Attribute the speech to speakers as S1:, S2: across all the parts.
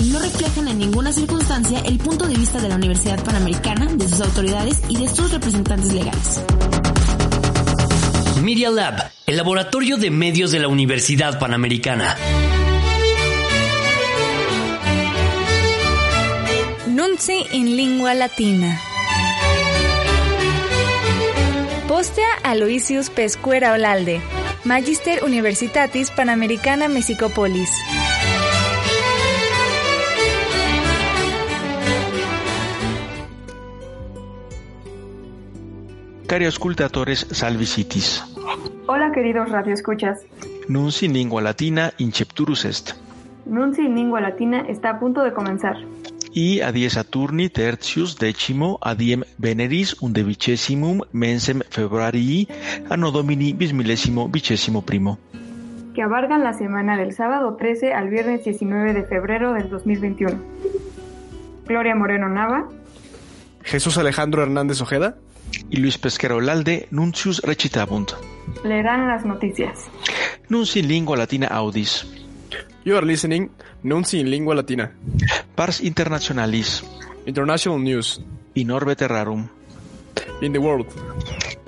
S1: Y no reflejan en ninguna circunstancia el punto de vista de la Universidad Panamericana, de sus autoridades y de sus representantes legales.
S2: Media Lab, el laboratorio de medios de la Universidad Panamericana.
S3: Nunzi en lingua latina. Postea Aloysius Pescuera Olalde, Magister Universitatis Panamericana Mexicopolis.
S4: Cari auscultatores salvicitis.
S5: Hola queridos radioescuchas.
S4: Nun sin lingua latina incepturus est.
S5: Nunci in lingua latina está a punto de comenzar.
S4: Y a dies Saturni tertius decimo adiem veneris undevicessimum mensem februarii anno domini bismillesimo vicesimo primo.
S5: Que abarcan la semana del sábado 13 al viernes 19 de febrero del 2021. Gloria Moreno Nava.
S6: Jesús Alejandro Hernández Ojeda.
S4: Y Luis Pesquero Olalde nuncius recitabunt.
S5: Leerán las noticias.
S4: Nunci in lingua latina audis.
S6: You are listening Nunci in Lingua Latina.
S4: Pars internationalis.
S6: International News.
S4: In orbe terrarum.
S6: In the World.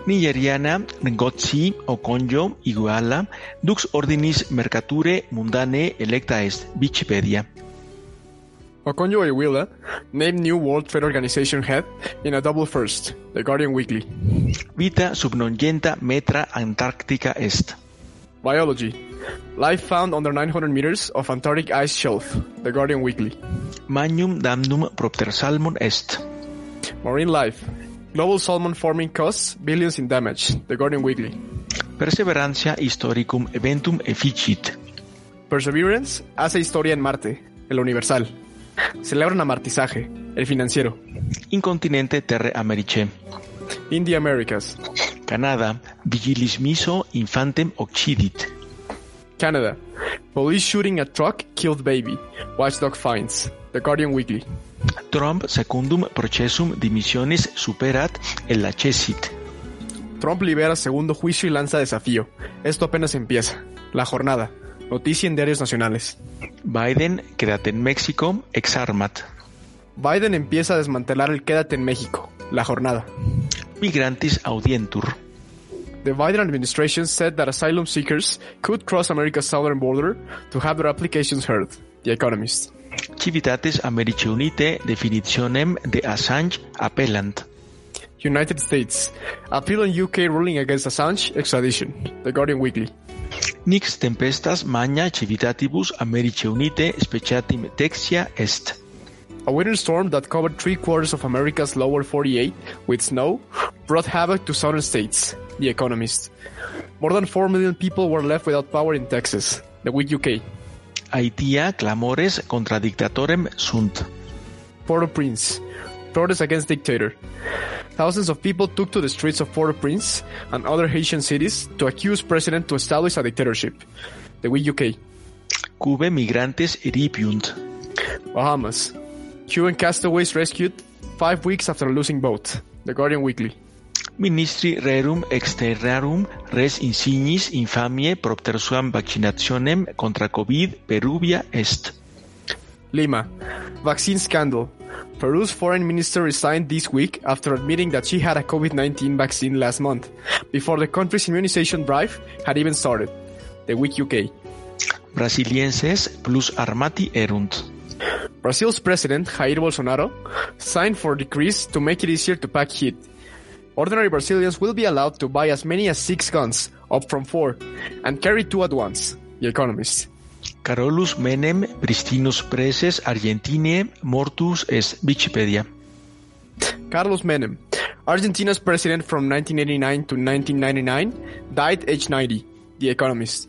S4: Nigeriana, Ngozi, Okonjo, Iguala, Dux Ordinis Mercature Mundane Electa Est, Wikipedia.
S6: Okonjo Iweala, named new World Trade Organization head in a double first, The Guardian Weekly.
S4: Vita subnongenta metra Antarctica Est.
S6: Biology. Life found under 900 meters of Antarctic ice shelf. The Guardian Weekly.
S4: Magnum damnum propter salmon est.
S6: Marine life. Global salmon farming costs billions in damage. The Guardian Weekly.
S4: Perseverancia historicum eventum efficit.
S6: Perseverance hace historia en Marte. El Universal. Celebran amartizaje. El Financiero.
S4: Incontinente terre americe.
S6: In the Americas.
S4: Canadá, Vigilis Miso Infantem Occidit.
S6: Canada. Police shooting a truck killed baby. Watchdog finds. The Guardian Weekly.
S4: Trump secundum processum dimisiones superat el lacessit.
S6: Trump libera segundo juicio y lanza desafío. Esto apenas empieza. La jornada. Noticia en diarios nacionales.
S4: Biden, quédate en México, exarmat.
S6: Biden empieza a desmantelar el quédate en México. La jornada.
S4: Migrantis audientur.
S6: The Biden administration said that asylum seekers could cross America's southern border to have their applications heard. The Economist.
S4: Civitates Americae Unite definitionem de Assange appellant.
S6: United States. Appeal on UK ruling against Assange extradition. The Guardian Weekly.
S4: Nix tempestas magna civitatibus Americae Unite speciatim texia est.
S6: A winter storm that covered three quarters of America's lower 48 with snow brought havoc to southern states. The Economist. More than 4 million people were left without power in Texas. The Week UK.
S4: Haitia clamores contra dictatorem sunt.
S6: Port-au-Prince. Protests against dictator. Thousands of people took to the streets of Port-au-Prince and other Haitian cities to accuse president to establish a dictatorship. The Week UK.
S4: Cube migrantes eripiunt.
S6: Bahamas. Cuban castaways rescued five weeks after losing boat. The Guardian Weekly.
S4: Ministri rerum exterrarum res insignis infamie propter suam vaccinationem contra COVID Peruvia est.
S6: Lima. Vaccine scandal. Peru's foreign minister resigned this week after admitting that she had a COVID-19 vaccine last month, before the country's immunization drive had even started. The Week UK.
S4: Brasilienses plus armati erunt.
S6: Brazil's president, Jair Bolsonaro, signed for decrees to make it easier to pack heat. Ordinary Brazilians will be allowed to buy as many as six guns, up from four, and carry two at once. The Economist.
S4: Carolus Menem pristinus preses Argentine mortus est Wikipedia.
S6: Carlos Menem, Argentina's president from 1989 to 1999, died aged 90. The Economist.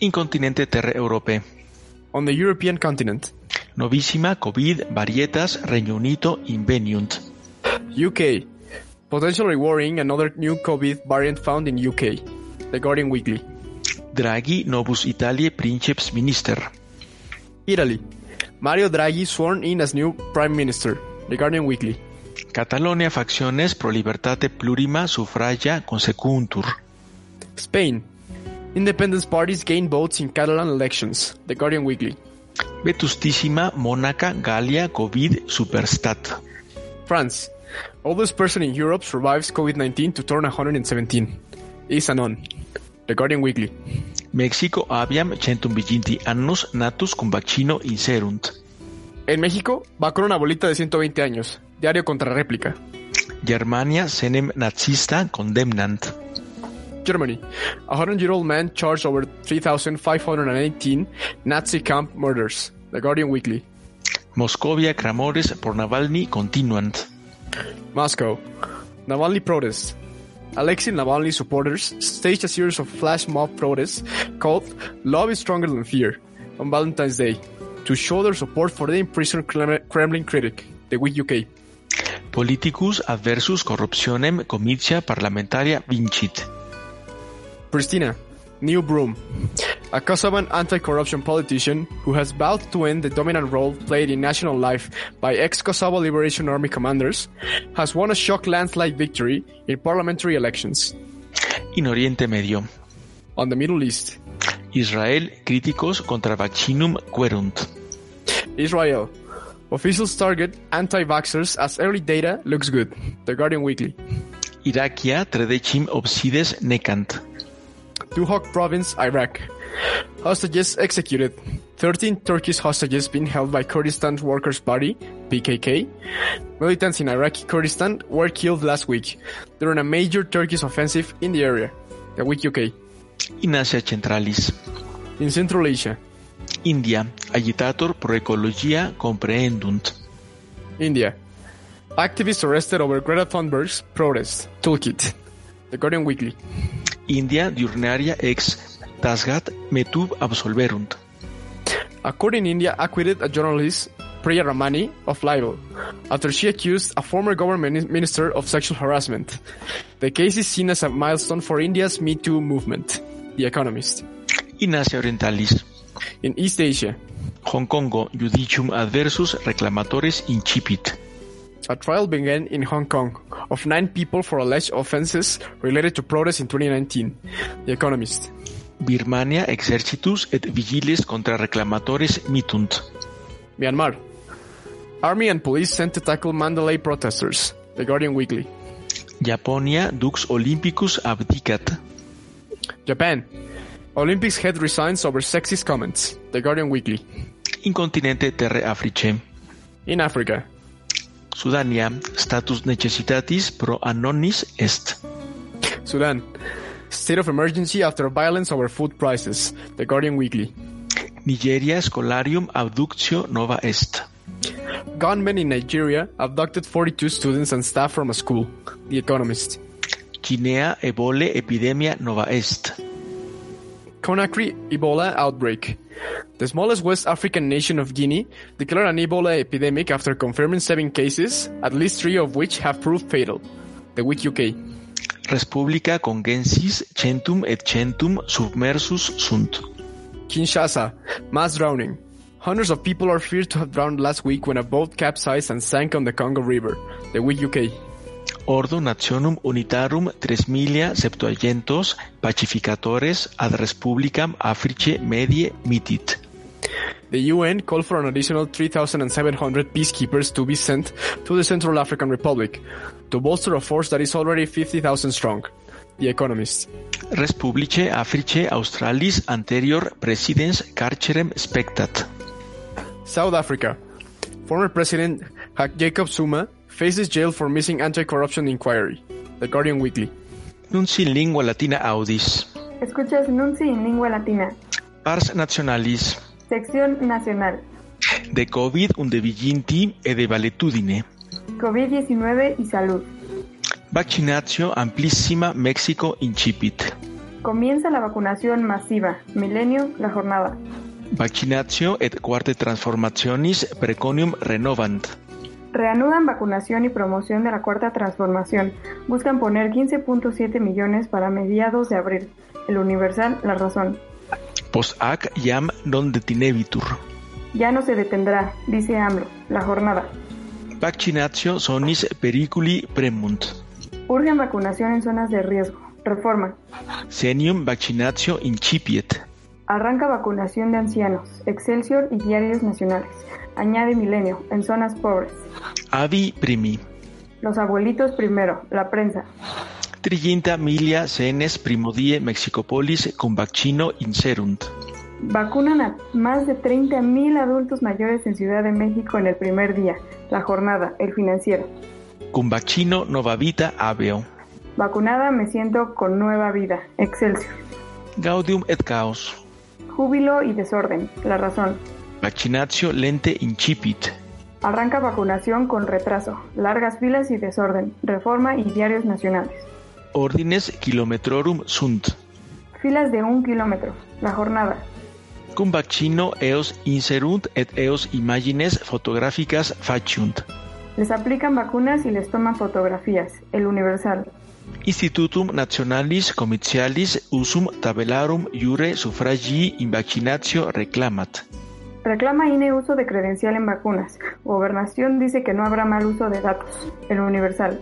S4: Incontinente terre europe.
S6: On the European continent,
S4: Novissima COVID varietas Reino Unito inveniunt.
S6: UK. potentially worrying another new COVID variant found in UK. The Guardian Weekly.
S4: Draghi Novus Italie Princeps Minister.
S6: Italy. Mario Draghi sworn in as new Prime Minister. The Guardian Weekly.
S4: Catalonia Facciones Pro Libertate Plurima Suffragia Consecuntur.
S6: Spain. Independence parties gain votes in Catalan elections. The Guardian Weekly.
S4: Vetustísima Mónaca Galia COVID Superstat.
S6: France. Oldest person in Europe survives COVID 19 to turn 117. Is anon. The Guardian Weekly.
S4: Mexico aviam centum viginti annus natus cum vaccino inserunt.
S6: En México, vacuna una bolita de 120 años. Diario contra réplica.
S4: Germania senem nazista condemnant.
S6: Germany. A 100 year old man charged over 3,518 Nazi camp murders. The Guardian Weekly.
S4: Moscovia cramores por Navalny continuant.
S6: Moscow. Navalny protests. Alexei Navalny supporters staged a series of flash mob protests called Love is Stronger Than Fear on Valentine's Day to show their support for the imprisoned Krem- Kremlin critic, the Week UK.
S4: Politicus adversus corruptionem comitia parlamentaria vincit.
S6: Pristina, New Broom, a Kosovan anti-corruption politician who has vowed to end the dominant role played in national life by ex-Kosovo Liberation Army commanders, has won a shock landslide victory in parliamentary elections.
S4: In Oriente Medio,
S6: On the Middle East,
S4: Israel críticos contra vaccinum querunt.
S6: Israel, officials target anti-vaxxers as early data looks good. The Guardian Weekly.
S4: Iraquia tredecim obsides necant.
S6: Duhok province, Iraq. Hostages executed. 13 Turkish hostages being held by Kurdistan Workers' Party, PKK. Militants in Iraqi Kurdistan were killed last week during a major Turkish offensive in the area. The week UK.
S4: In Asia Centralis,
S6: In Central Asia,
S4: India agitator pro ecologia comprehendunt.
S6: India. Activists arrested over Greta Thunberg's protest toolkit. The Guardian Weekly.
S4: India diurnaria ex tasgat metub absolverunt.
S6: A court in India acquitted a journalist, Priya Ramani, of libel after she accused a former government min- minister of sexual harassment. The case is seen as a milestone for India's Me Too movement. The Economist.
S4: In Asia Orientalis,
S6: In East Asia,
S4: Hong Congo judicium adversus reclamatores incipit.
S6: a trial began in Hong Kong of nine people for alleged offenses related to protests in 2019. The Economist.
S4: Birmania exercitus et vigiles contra reclamatores mitunt.
S6: Myanmar. Army and police sent to tackle Mandalay protesters. The Guardian Weekly.
S4: Japonia dux olympicus abdicat.
S6: Japan. Olympics head resigns over sexist comments. The Guardian Weekly.
S4: Incontinente terre Africae.
S6: In Africa.
S4: Sudania status necessitatis pro annonis est.
S6: Sudan. State of emergency after violence over food prices. The Guardian Weekly.
S4: Nigeria scolarium abductio nova est.
S6: Gunmen in Nigeria abducted 42 students and staff from a school. The Economist.
S4: Guinea ebole epidemia nova est.
S6: Conakry Ebola outbreak. The smallest West African nation of Guinea declared an Ebola epidemic after confirming seven cases, at least three of which have proved fatal. The Week UK.
S4: Respublica congensis centum et centum submersus sunt.
S6: Kinshasa, mass drowning. Hundreds of people are feared to have drowned last week when a boat capsized and sank on the Congo River. The Week UK.
S4: Ordo nationum unitarum tres milia septuagentos pacificatores ad Respublicam Africae medie mitit.
S6: The UN called for an additional 3,700 peacekeepers to be sent to the Central African Republic to bolster a force that is already 50,000 strong. The Economist.
S4: Respublice Africae Australis anterior presidens carcerem spectat.
S6: South Africa. Former President Ha- Jacob Zuma faces jail for missing anti-corruption inquiry. The Guardian Weekly.
S4: Nunc in lingua latina audis.
S5: Escuchas Nunci en lengua latina.
S4: Pars nationalis.
S5: Sección nacional.
S4: De COVID unde viginti e de valetudine.
S5: COVID-19 y salud.
S4: Vaccinatio amplissima Mexico incipit.
S5: Comienza la vacunación masiva. Milenio, la jornada.
S4: Vaccinatio et quarte transformationis preconium renovant.
S5: Reanudan vacunación y promoción de la cuarta transformación. Buscan poner 15.7 millones para mediados de abril. El Universal, La Razón.
S4: Post ac jam non detinevitur.
S5: Ya no se detendrá, dice AMLO. La jornada.
S4: Vaccinatio sonis periculi premunt.
S5: Urgen vacunación en zonas de riesgo. Reforma.
S4: Senium vaccinatio incipiet.
S5: Arranca vacunación de ancianos, Excelsior y diarios nacionales. Añade Milenio, en zonas pobres.
S4: Avi primi.
S5: Los abuelitos primero, la prensa.
S4: Triginta milia senes primodie mexicopolis cum vaccino inserunt.
S5: Vacunan a más de 30.000 adultos mayores en Ciudad de México en el primer día. La jornada, el financiero.
S4: Cum vaccino novavita aveo.
S5: Vacunada me siento con nueva vida, Excelsior.
S4: Gaudium et caos.
S5: Júbilo y desorden, la razón.
S4: Vaccinatio lente incipit.
S5: Arranca vacunación con retraso, largas filas y desorden, reforma y diarios nacionales.
S4: Ordines kilometrorum sunt.
S5: Filas de un kilómetro, la jornada.
S4: Cum vaccino eos inserunt et eos imagines fotográficas faciunt.
S5: Les aplican vacunas y les toman fotografías, el universal.
S4: Institutum Nationalis Comitialis Usum Tabellarum Jure Suffragii in Vaccinatio reclamat.
S5: Reclama INE uso de credencial en vacunas. Gobernación dice que no habrá mal uso de datos, el universal.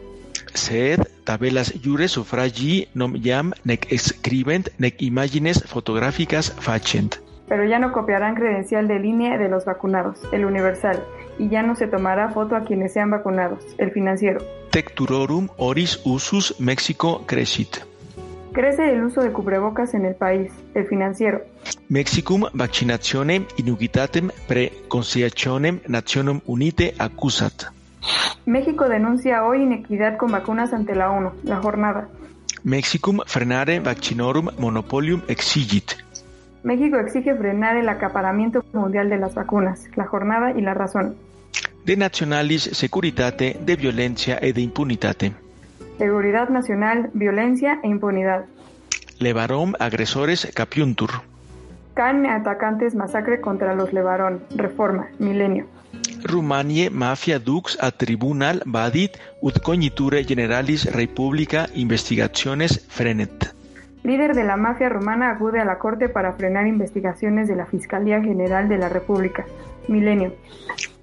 S4: Sed tabelas jure suffragii nom jam nec escribent nec imagines fotográficas facent.
S5: Pero ya no copiarán credencial de línea de los vacunados, el universal, y ya no se tomará foto a quienes sean vacunados, el financiero.
S4: Tecturorum oris usus Mexico crescit.
S5: Crece el uso de cubrebocas en el país, el financiero.
S4: Mexicum vaccinationem inugitatem pre conciliationem nationum unite accusat.
S5: México denuncia hoy inequidad con vacunas ante la ONU, la jornada.
S4: Mexicum frenare vaccinorum monopolium exigit.
S5: México exige frenar el acaparamiento mundial de las vacunas, la jornada y la razón.
S4: De nationalis securitate, de violencia e de impunitate.
S5: Seguridad nacional, violencia e impunidad.
S4: Levarom agresores capiuntur.
S5: Can atacantes masacre contra los Levarón, reforma, milenio.
S4: Rumanie mafia dux a tribunal vadit ut cogniture generalis republica investigaciones frenet.
S5: Líder de la mafia rumana acude a la corte para frenar investigaciones de la Fiscalía General de la República, milenio.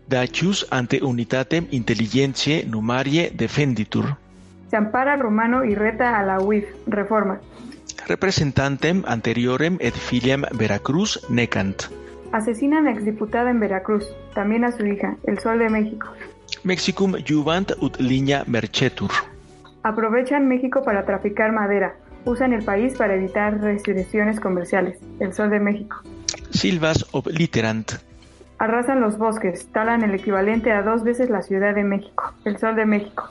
S4: Dacius ante unitatem intelligentiae numarie defenditur.
S5: Se ampara Romano y reta a la UIF, reforma.
S4: Representantem anteriorem et filiam Veracruz necant.
S5: Asesinan a exdiputada en Veracruz, también a su hija, el Sol de México.
S4: Mexicum juvent ut linea mercetur.
S5: Aprovechan México para traficar madera. Usan el país para evitar restricciones comerciales, el Sol de México.
S4: Silvas obliterant.
S5: Arrasan los bosques, talan el equivalente a dos veces la Ciudad de México, el Sol de México.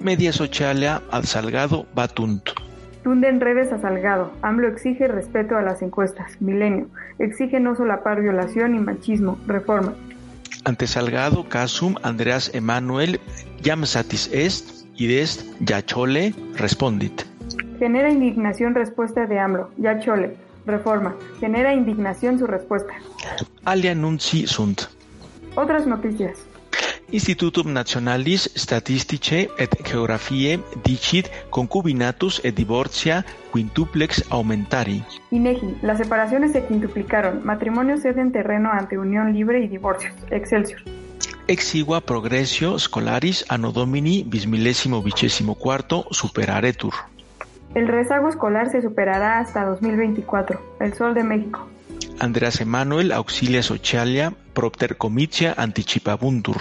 S4: Media socialia ad salgado batunt.
S5: Tunden redes a Salgado. AMLO exige respeto a las encuestas. Milenio. Exige no solapar violación y machismo. Reforma.
S4: Ante Salgado, Casum, Andreas Emanuel, jam satis est, idest, yachole, respondit.
S5: Genera indignación respuesta de AMLO. Yachole. Reforma. Genera indignación su respuesta.
S4: Alia nunci sunt.
S5: Otras noticias.
S4: Institutum Nationalis Statisticae et Geographiae dicit concubinatus et divorcia quintuplex aumentari.
S5: INEGI, las separaciones se quintuplicaron, matrimonios ceden terreno ante unión libre y divorcios. Excelsior.
S4: Exigua progressio scolaris anno domini bis millesimo vicesimo cuarto superaretur.
S5: El rezago escolar se superará hasta 2024. El Sol de México.
S4: Andreas Emanuel auxilia socialia propter comitia anticipabuntur.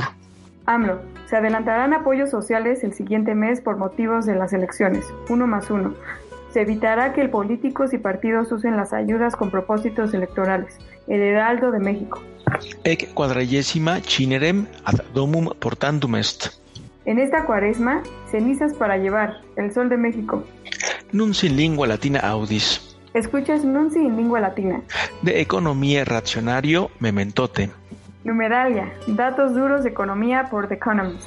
S5: AMLO. Se adelantarán apoyos sociales el siguiente mes por motivos de las elecciones. Uno más uno. Se evitará que el políticos y partidos usen las ayudas con propósitos electorales. El Heraldo de México.
S4: Ec quadragésima cinerem ad domum portandum est.
S5: En esta cuaresma, cenizas para llevar. El Sol de México.
S4: Nun sin lingua latina audis.
S5: Escuchas Nunci en lengua latina.
S4: De economía racionario mementote.
S5: Numeralia. Datos duros de economía por The Economist.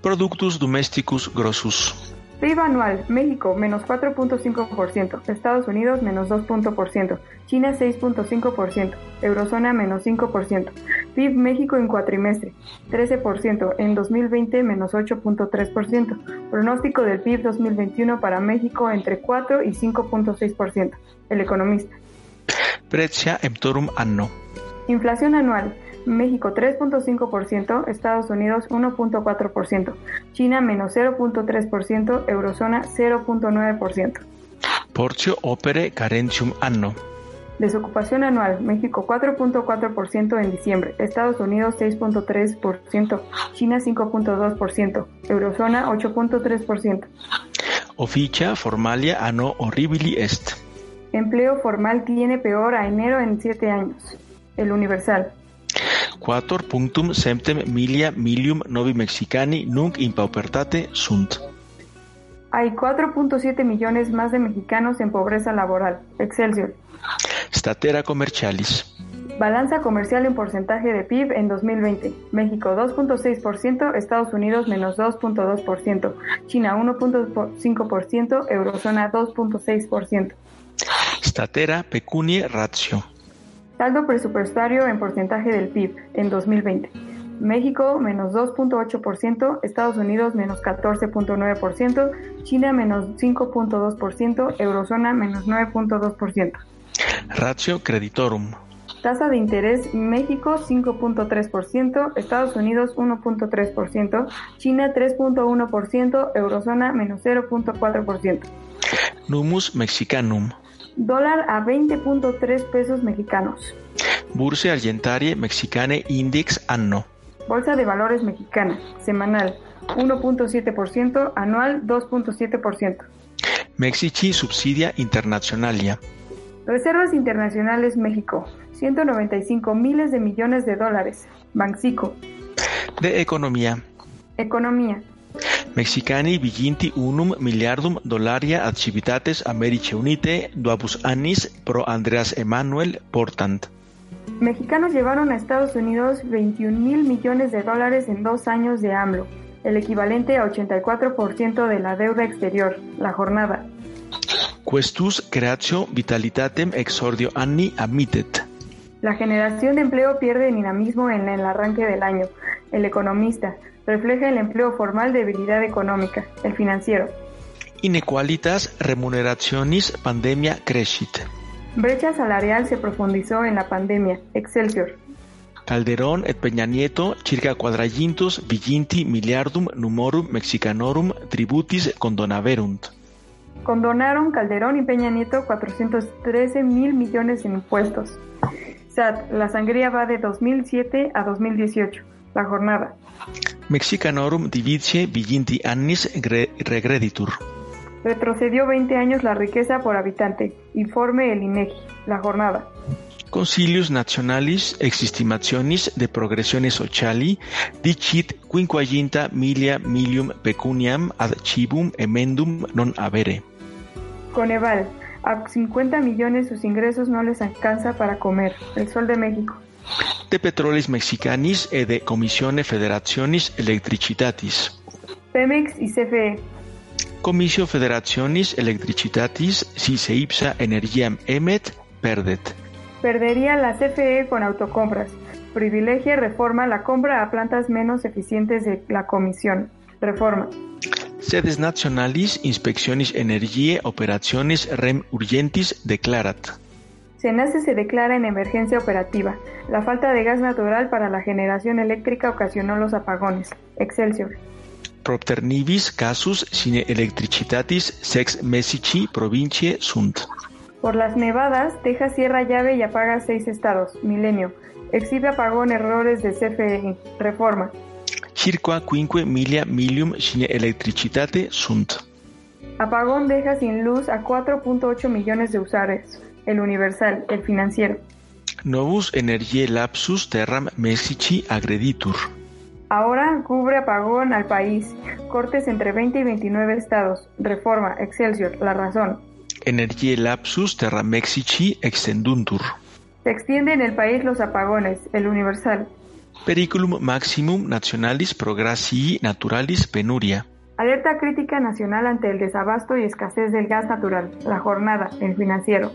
S4: Productus domesticus grossus.
S5: PIB anual, México menos 4.5%, Estados Unidos menos 2.%, China 6.5%, Eurozona menos 5%, PIB México en cuatrimestre 13%, en 2020 menos 8.3%, pronóstico del PIB 2021 para México entre 4 y 5.6%, el economista.
S4: Precia emptorum anno.
S5: Inflación anual, México 3.5%, Estados Unidos 1.4%, China menos 0.3%, Eurozona 0.9%.
S4: Portio opere carentium anno.
S5: Desocupación anual, México 4.4% en diciembre, Estados Unidos 6.3%, China 5.2%, Eurozona 8.3%.
S4: Officia formalia anno horribili est.
S5: Empleo formal tiene peor a enero en 7 años. El Universal.
S4: Quator punctum septem milia milium novi mexicani nunc impaupertate sunt.
S5: Hay 4.7 millones más de mexicanos en pobreza laboral. Excelsior.
S4: Statera comercialis.
S5: Balanza comercial en porcentaje de PIB en 2020. México 2.6%, Estados Unidos menos 2.2%, China 1.5%, Eurozona 2.6%.
S4: Statera pecunie ratio.
S5: Saldo presupuestario en porcentaje del PIB en 2020. México menos 2.8%, Estados Unidos menos 14.9%, China menos 5.2%, Eurozona menos 9.2%.
S4: Ratio creditorum.
S5: Tasa de interés México 5.3%, Estados Unidos 1.3%, China 3.1%, Eurozona menos 0.4%.
S4: Numus mexicanum
S5: dólar a 20.3 pesos mexicanos.
S4: Bursa Argentarie Mexicane Index Anno.
S5: Bolsa de Valores Mexicana, semanal, 1.7%, anual, 2.7%.
S4: Mexici Subsidia Internacionalia.
S5: Reservas Internacionales México, 195 miles de millones de dólares. Banxico.
S4: De Economía.
S5: Economía.
S4: Mexicani viginti unum miliardum dollaria activitates Americe Unite duabus annis pro Andreas Emanuel portant.
S5: Mexicanos llevaron a Estados Unidos 21 mil millones de dólares en dos años de AMLO, el equivalente a 84% de la deuda exterior, la jornada.
S4: Questus creatio vitalitatem exordio anni admittet.
S5: La generación de empleo pierde dinamismo en el arranque del año. El economista, refleja el empleo formal debilidad económica, el financiero.
S4: Inequalitas remuneraciones pandemia crescit.
S5: Brecha salarial se profundizó en la pandemia, Excelsior.
S4: Calderón et Peña Nieto circa quadragintos viginti miliardum numorum mexicanorum tributis condonaverunt.
S5: Condonaron Calderón y Peña Nieto 413 mil millones en impuestos. SAT, la sangría va de 2007 a 2018, la jornada.
S4: Mexicanorum divicie viginti annis regreditur.
S5: Retrocedió 20 años la riqueza por habitante. Informe el INEGI. La jornada.
S4: Concilius nationalis existimationis de progressiones sociali dicit quinquaginta milia milium pecuniam ad cibum emendum non avere.
S5: Coneval. A 50 millones sus ingresos no les alcanza para comer. El Sol de México
S4: de Petroles Mexicanis e de Comisione Federaciones Electricitatis.
S5: Pemex y E, CFE.
S4: Comisio Federaciones Electricitatis si se ipsa energiam emet perdet.
S5: Perdería la CFE con autocompras. Privilegia reforma la compra a plantas menos eficientes de la comisión. Reforma.
S4: Sedes nacionalis inspecciones energie operaciones rem urgentis declarat.
S5: SENACE se declara en emergencia operativa. La falta de gas natural para la generación eléctrica ocasionó los apagones. Excelsior.
S4: Propter nivis casus sine electricitatis sex messici provincie sunt.
S5: Por las nevadas, Texas cierra llave y apaga seis estados. Milenio. Exhibe apagón errores de CFE. Reforma.
S4: Circa quinque milia milium sine electricitate sunt.
S5: Apagón deja sin luz a 4.8 millones de usuarios el universal, el financiero.
S4: Novus energie lapsus terram messici agreditur.
S5: Ahora cubre apagón al país. Cortes entre 20 y 29 estados. Reforma, Excelsior, La Razón.
S4: Energie lapsus terram messici extenduntur.
S5: Se extiende en el país los apagones, el universal.
S4: Periculum maximum nationalis progressii naturalis penuria.
S5: Alerta crítica nacional ante el desabasto y escasez del gas natural. La jornada, el financiero.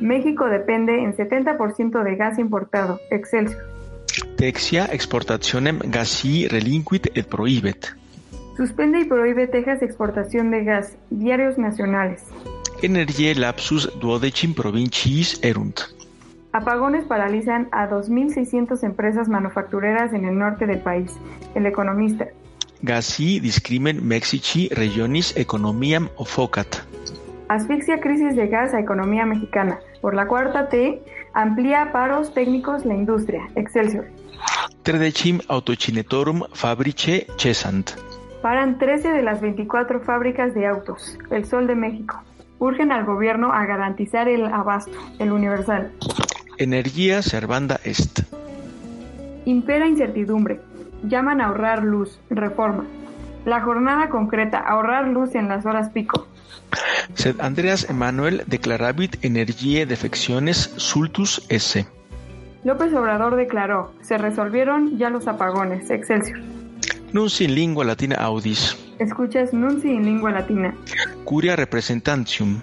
S5: México depende en 70% de gas importado. Excelsior.
S4: Texia exportationem gasi relinquit et prohibet.
S5: Suspende y prohíbe Texas exportación de gas. Diarios nacionales.
S4: Energie lapsus duodecim provinciis erunt.
S5: Apagones paralizan a 2.600 empresas manufactureras en el norte del país. El economista.
S4: Gasi discrimen mexici regionis economiam ofocat.
S5: Asfixia crisis de gas a economía mexicana. Por la cuarta T, amplía paros técnicos la industria. Excelsior.
S4: Tredecim autocinetorum fabrice cesant.
S5: Paran 13 de las 24 fábricas de autos. El Sol de México. Urgen al gobierno a garantizar el abasto, el universal.
S4: Energía servanda est.
S5: Impera incertidumbre. Llaman a ahorrar luz. Reforma. La jornada concreta, ahorrar luz en las horas pico.
S4: Sed Andreas Emanuel declaravit energie defecciones sultus S.
S5: López Obrador declaró, se resolvieron ya los apagones. Excelsior.
S4: Nun sin lingua latina audis.
S5: Escuchas Nunci en lengua latina.
S4: Curia representantium.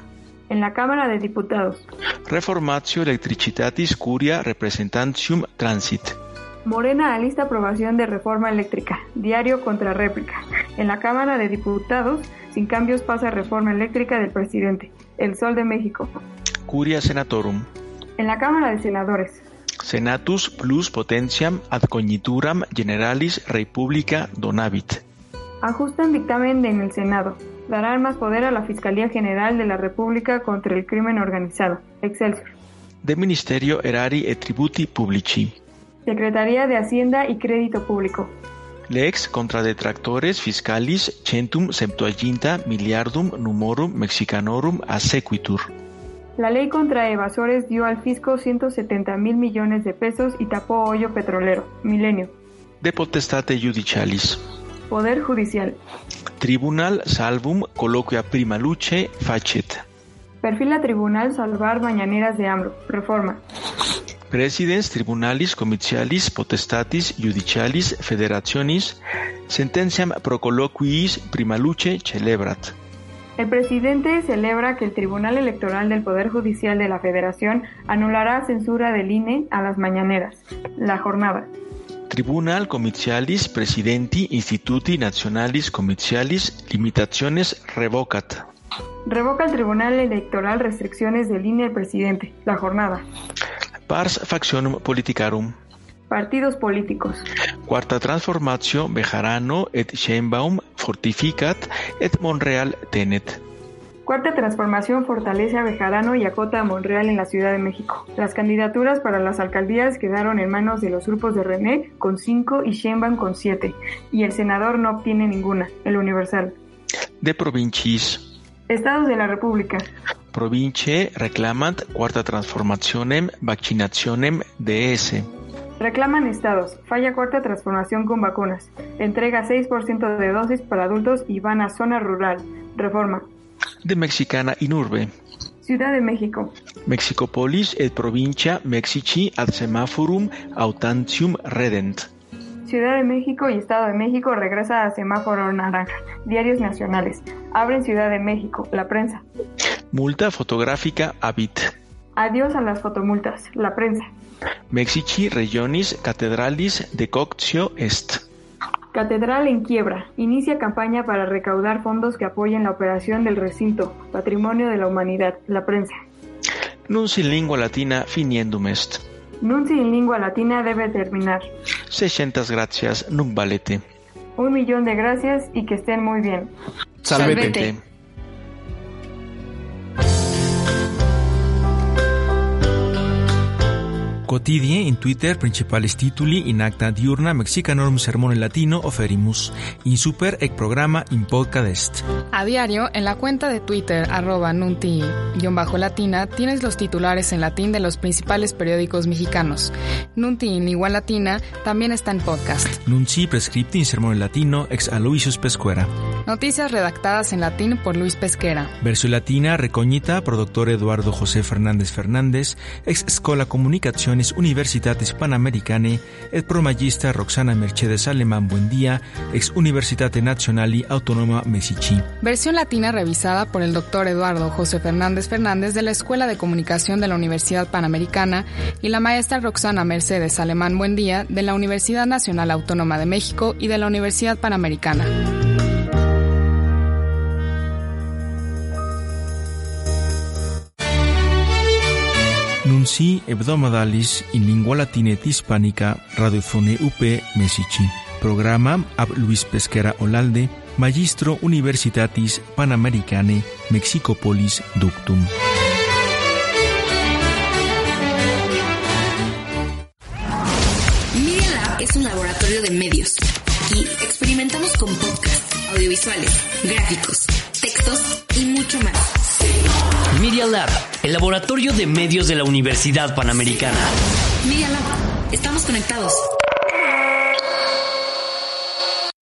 S5: En la Cámara de Diputados.
S4: Reformatio electricitatis curia representantium transit.
S5: Morena alista aprobación de reforma eléctrica. Diario contra réplica. En la Cámara de Diputados, sin cambios pasa reforma eléctrica del presidente. El Sol de México.
S4: Curia senatorum.
S5: En la Cámara de Senadores.
S4: Senatus plus potentiam ad cognituram generalis republica donavit.
S5: Ajustan dictamen en el Senado. Darán más poder a la Fiscalía General de la República contra el crimen organizado. Excelsior.
S4: De Ministerio Erari et Tributi Publici.
S5: Secretaría de Hacienda y Crédito Público.
S4: Lex contra detractores fiscalis centum septuaginta miliardum numorum mexicanorum assequitur.
S5: La ley contra evasores dio al fisco 170 mil millones de pesos y tapó hoyo petrolero. Milenio.
S4: De potestate judicialis.
S5: Poder Judicial.
S4: Tribunal salvum colloquia prima luce facet.
S5: Perfila Tribunal salvar mañaneras de AMLO. Reforma.
S4: Presidens tribunalis comitialis potestatis judicialis federationis sentenciam pro colloquiis prima luce celebrat.
S5: El presidente celebra que el Tribunal Electoral del Poder Judicial de la Federación anulará censura del INE a las mañaneras. La jornada.
S4: Tribunal Comitialis Presidenti Instituti Nacionalis Comitialis Limitaciones Revocat.
S5: Revoca el Tribunal Electoral restricciones del INE al presidente. La jornada.
S4: Pars Factionum Politicarum.
S5: Partidos políticos.
S4: Cuarta Transformatio Bejarano et Sheinbaum Fortificat et Monreal Tenet.
S5: Cuarta transformación fortalece a Bejarano y acota a Monreal en la Ciudad de México. Las candidaturas para las alcaldías quedaron en manos de los grupos de René con 5 y Sheinbaum con 7, y el senador no obtiene ninguna, el Universal.
S4: De provincis.
S5: Estados de la República.
S4: Province reclamant cuarta transformationem vaccinationem DS.
S5: Reclaman estados. Falla cuarta transformación con vacunas. Entrega 6% de dosis para adultos y van a zona rural. Reforma
S4: de Mexicana Inurbe.
S5: Ciudad de México.
S4: Mexicopolis et provincia Mexici ad semaforum autantium redent.
S5: Ciudad de México y Estado de México regresa a semáforo naranja. Diarios nacionales. Abren Ciudad de México. La prensa.
S4: Multa fotográfica habit.
S5: Adiós a las fotomultas. La prensa.
S4: Mexici regionis catedralis decoctio est.
S5: Catedral en quiebra. Inicia campaña para recaudar fondos que apoyen la operación del recinto, Patrimonio de la Humanidad, la prensa.
S4: Nunci in lingua latina finiendum est.
S5: Nunci in lingua latina debe terminar.
S4: 600 gracias, nun valete.
S5: Un millón de gracias y que estén muy bien.
S6: Salvete. Salvete.
S7: Cotidie in Twitter principales tituli in acta diurna mexicanorum sermone latino oferimus, in super ec programa in podcast est.
S8: A diario, en la cuenta de Twitter, arroba nunti-latina, tienes los titulares en latín de los principales periódicos mexicanos. Nunti in igual latina también está en podcast.
S7: Nunci prescripti in sermone latino ex Aloysius Pescuera.
S8: Noticias redactadas en latín por Luis Pesquera.
S4: Versión latina, Recoñita, productor Eduardo José Fernández Fernández, ex Escola Comunicaciones Universitatis Panamericane, et promagista Roxana Mercedes Alemán Buendía, ex Universitate Nazionali Autonoma Messici.
S8: Versión latina revisada por el doctor Eduardo José Fernández Fernández de la Escuela de Comunicación de la Universidad Panamericana y la maestra Roxana Mercedes Alemán Buendía de la Universidad Nacional Autónoma de México y de la Universidad Panamericana.
S4: Nunci hebdomadalis in lingua latine et hispanica radiofone UP Messici. Programa ab Luis Pesquera Olalde, Magistro Universitatis Panamericane Mexicopolis Ductum.
S9: Media Lab es un laboratorio de medios. Aquí experimentamos con podcasts, audiovisuales, gráficos, textos y mucho más.
S2: Media Lab, el laboratorio de medios de la Universidad Panamericana.
S9: Media Lab, estamos conectados.